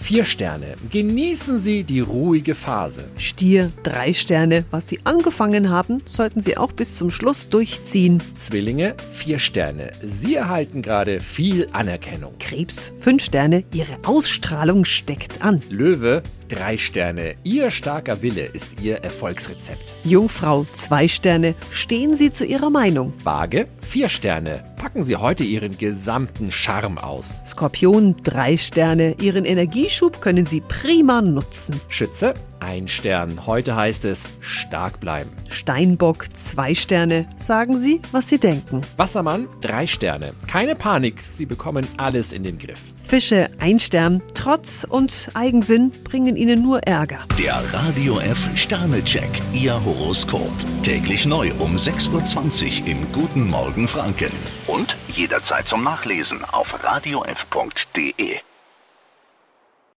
vier Sterne. Genießen Sie die ruhige Phase. Stier, drei Sterne. Was Sie angefangen haben, sollten Sie auch bis zum Schluss durchziehen. Zwillinge, vier Sterne. Sie erhalten gerade viel Anerkennung. Krebs, fünf Sterne. Ihre Ausstrahlung steckt an. Löwe, drei Sterne. Ihr starker Wille ist Ihr Erfolgsrezept. Jungfrau, zwei Sterne. Stehen Sie zu Ihrer Meinung. Waage, vier Sterne. Packen Sie heute Ihren gesamten Charme aus. Skorpion, drei Sterne. Ihren Energieschub können Sie prima nutzen. Schütze, ein Stern. Heute heißt es stark bleiben. Steinbock, zwei Sterne. Sagen Sie, was Sie denken. Wassermann, drei Sterne. Keine Panik, Sie bekommen alles in den Griff. Fische, ein Stern. Trotz und Eigensinn bringen Ihnen nur Ärger. Der Radio F Sternecheck. Ihr Horoskop. Täglich neu um 6.20 Uhr im Guten Morgen Franken. Und jederzeit zum Nachlesen auf radiof.de.